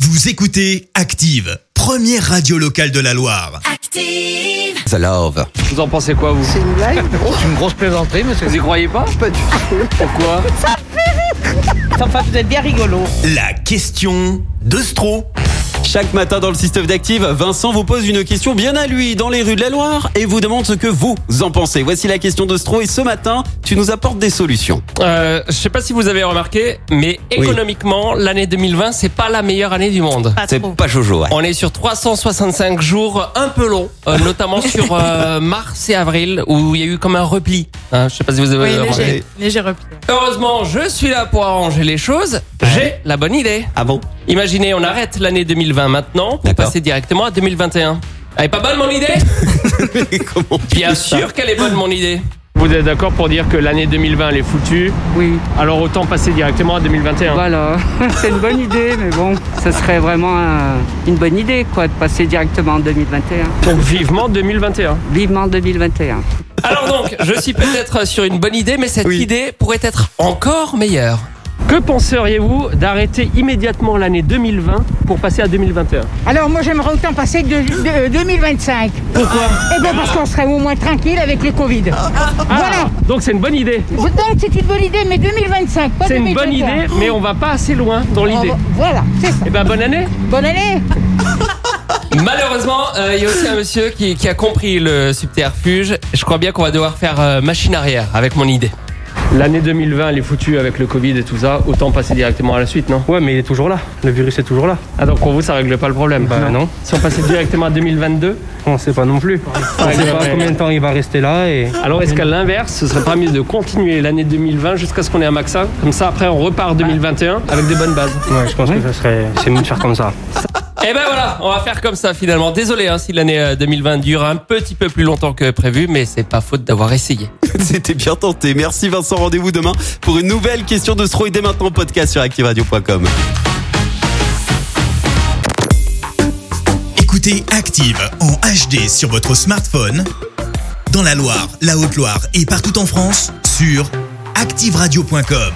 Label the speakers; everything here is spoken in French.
Speaker 1: Vous écoutez Active, première radio locale de la Loire.
Speaker 2: Active.
Speaker 3: The Love.
Speaker 4: Vous en pensez quoi, vous
Speaker 5: C'est une blague
Speaker 4: une grosse plaisanterie, monsieur. Vous y croyez pas
Speaker 5: Pas du tout.
Speaker 4: Pourquoi
Speaker 5: Enfin, vous êtes bien rigolo.
Speaker 1: La question de Stro.
Speaker 3: Chaque matin dans le système d'Active, Vincent vous pose une question bien à lui dans les rues de la Loire et vous demande ce que vous en pensez. Voici la question de Stro et ce matin, tu nous apportes des solutions.
Speaker 6: Euh, je sais pas si vous avez remarqué, mais économiquement, l'année 2020, c'est pas la meilleure année du monde.
Speaker 5: Pas
Speaker 3: C'est
Speaker 5: trop.
Speaker 3: pas Jojo. ouais.
Speaker 6: On est sur 365 jours un peu longs, euh, notamment sur euh, mars et avril, où il y a eu comme un repli. Hein, je sais pas si vous avez
Speaker 2: Oui,
Speaker 6: remarqué.
Speaker 2: léger, léger repli.
Speaker 6: Heureusement, je suis là pour arranger les choses. J'ai la bonne idée.
Speaker 3: Ah bon
Speaker 6: Imaginez, on arrête l'année 2020 maintenant pour
Speaker 3: D'accord.
Speaker 6: passer directement à 2021. Elle est pas bonne mon idée
Speaker 3: Comment tu
Speaker 6: Bien
Speaker 3: dis ça
Speaker 6: sûr qu'elle est bonne mon idée.
Speaker 7: Vous êtes d'accord pour dire que l'année 2020 elle est foutue
Speaker 8: Oui,
Speaker 7: Alors autant passer directement à
Speaker 6: Ah.
Speaker 7: 2021.
Speaker 8: voilà, c'est une bonne idée, mais bon, ça serait vraiment euh, une bonne idée, quoi, de passer directement en 2021.
Speaker 7: Donc vivement 2021.
Speaker 8: Vivement 2021.
Speaker 6: Alors donc, je suis peut-être sur une bonne idée, mais cette
Speaker 3: Oui.
Speaker 6: idée pourrait être encore meilleure.
Speaker 7: Que penseriez-vous d'arrêter immédiatement l'année 2020 pour passer à 2021
Speaker 9: Alors moi j'aimerais autant passer de, de- euh, 2025. Pourquoi Eh bien parce qu'on serait au moins tranquille avec le Covid.
Speaker 6: Ah,
Speaker 9: Voilà.
Speaker 7: Donc c'est une bonne idée.
Speaker 9: Donc c'est une bonne idée, mais 2025, pas
Speaker 7: C'est une bonne
Speaker 9: 2021.
Speaker 7: idée, mais on va pas assez loin dans l'idée.
Speaker 9: Oh, Voilà, c'est ça.
Speaker 7: Eh ben bonne année
Speaker 9: Bonne année.
Speaker 6: Malheureusement, euh, il y a aussi un monsieur qui, qui a compris le subterfuge. Je crois bien qu'on va devoir faire euh, machine arrière avec mon idée.
Speaker 7: L'année 2020 elle est foutue avec le Covid et tout ça, autant passer directement à la suite, non Ouais mais il est toujours là, le virus est toujours là. Ah donc pour vous ça règle pas le problème Bah non. Si on passait directement à 2022 On sait pas non plus. On sait pas combien de temps il va rester là et... Alors est-ce qu'à l'inverse, ce serait pas mieux de continuer l'année 2020 jusqu'à ce qu'on ait un maxa Comme ça après on repart 2021 avec des bonnes bases. Ouais je pense que ça serait... c'est mieux de faire comme ça.
Speaker 6: Et ben voilà, on va faire comme ça finalement. Désolé hein, si l'année euh, 2020 dure un petit peu plus longtemps que prévu, mais c'est pas faute d'avoir essayé.
Speaker 3: C'était bien tenté. Merci Vincent, rendez-vous demain pour une nouvelle question de Stro et dès maintenant en podcast sur activeradio.com.
Speaker 1: Écoutez Active en HD sur votre smartphone, dans la Loire, la Haute-Loire et partout en France, sur activeradio.com.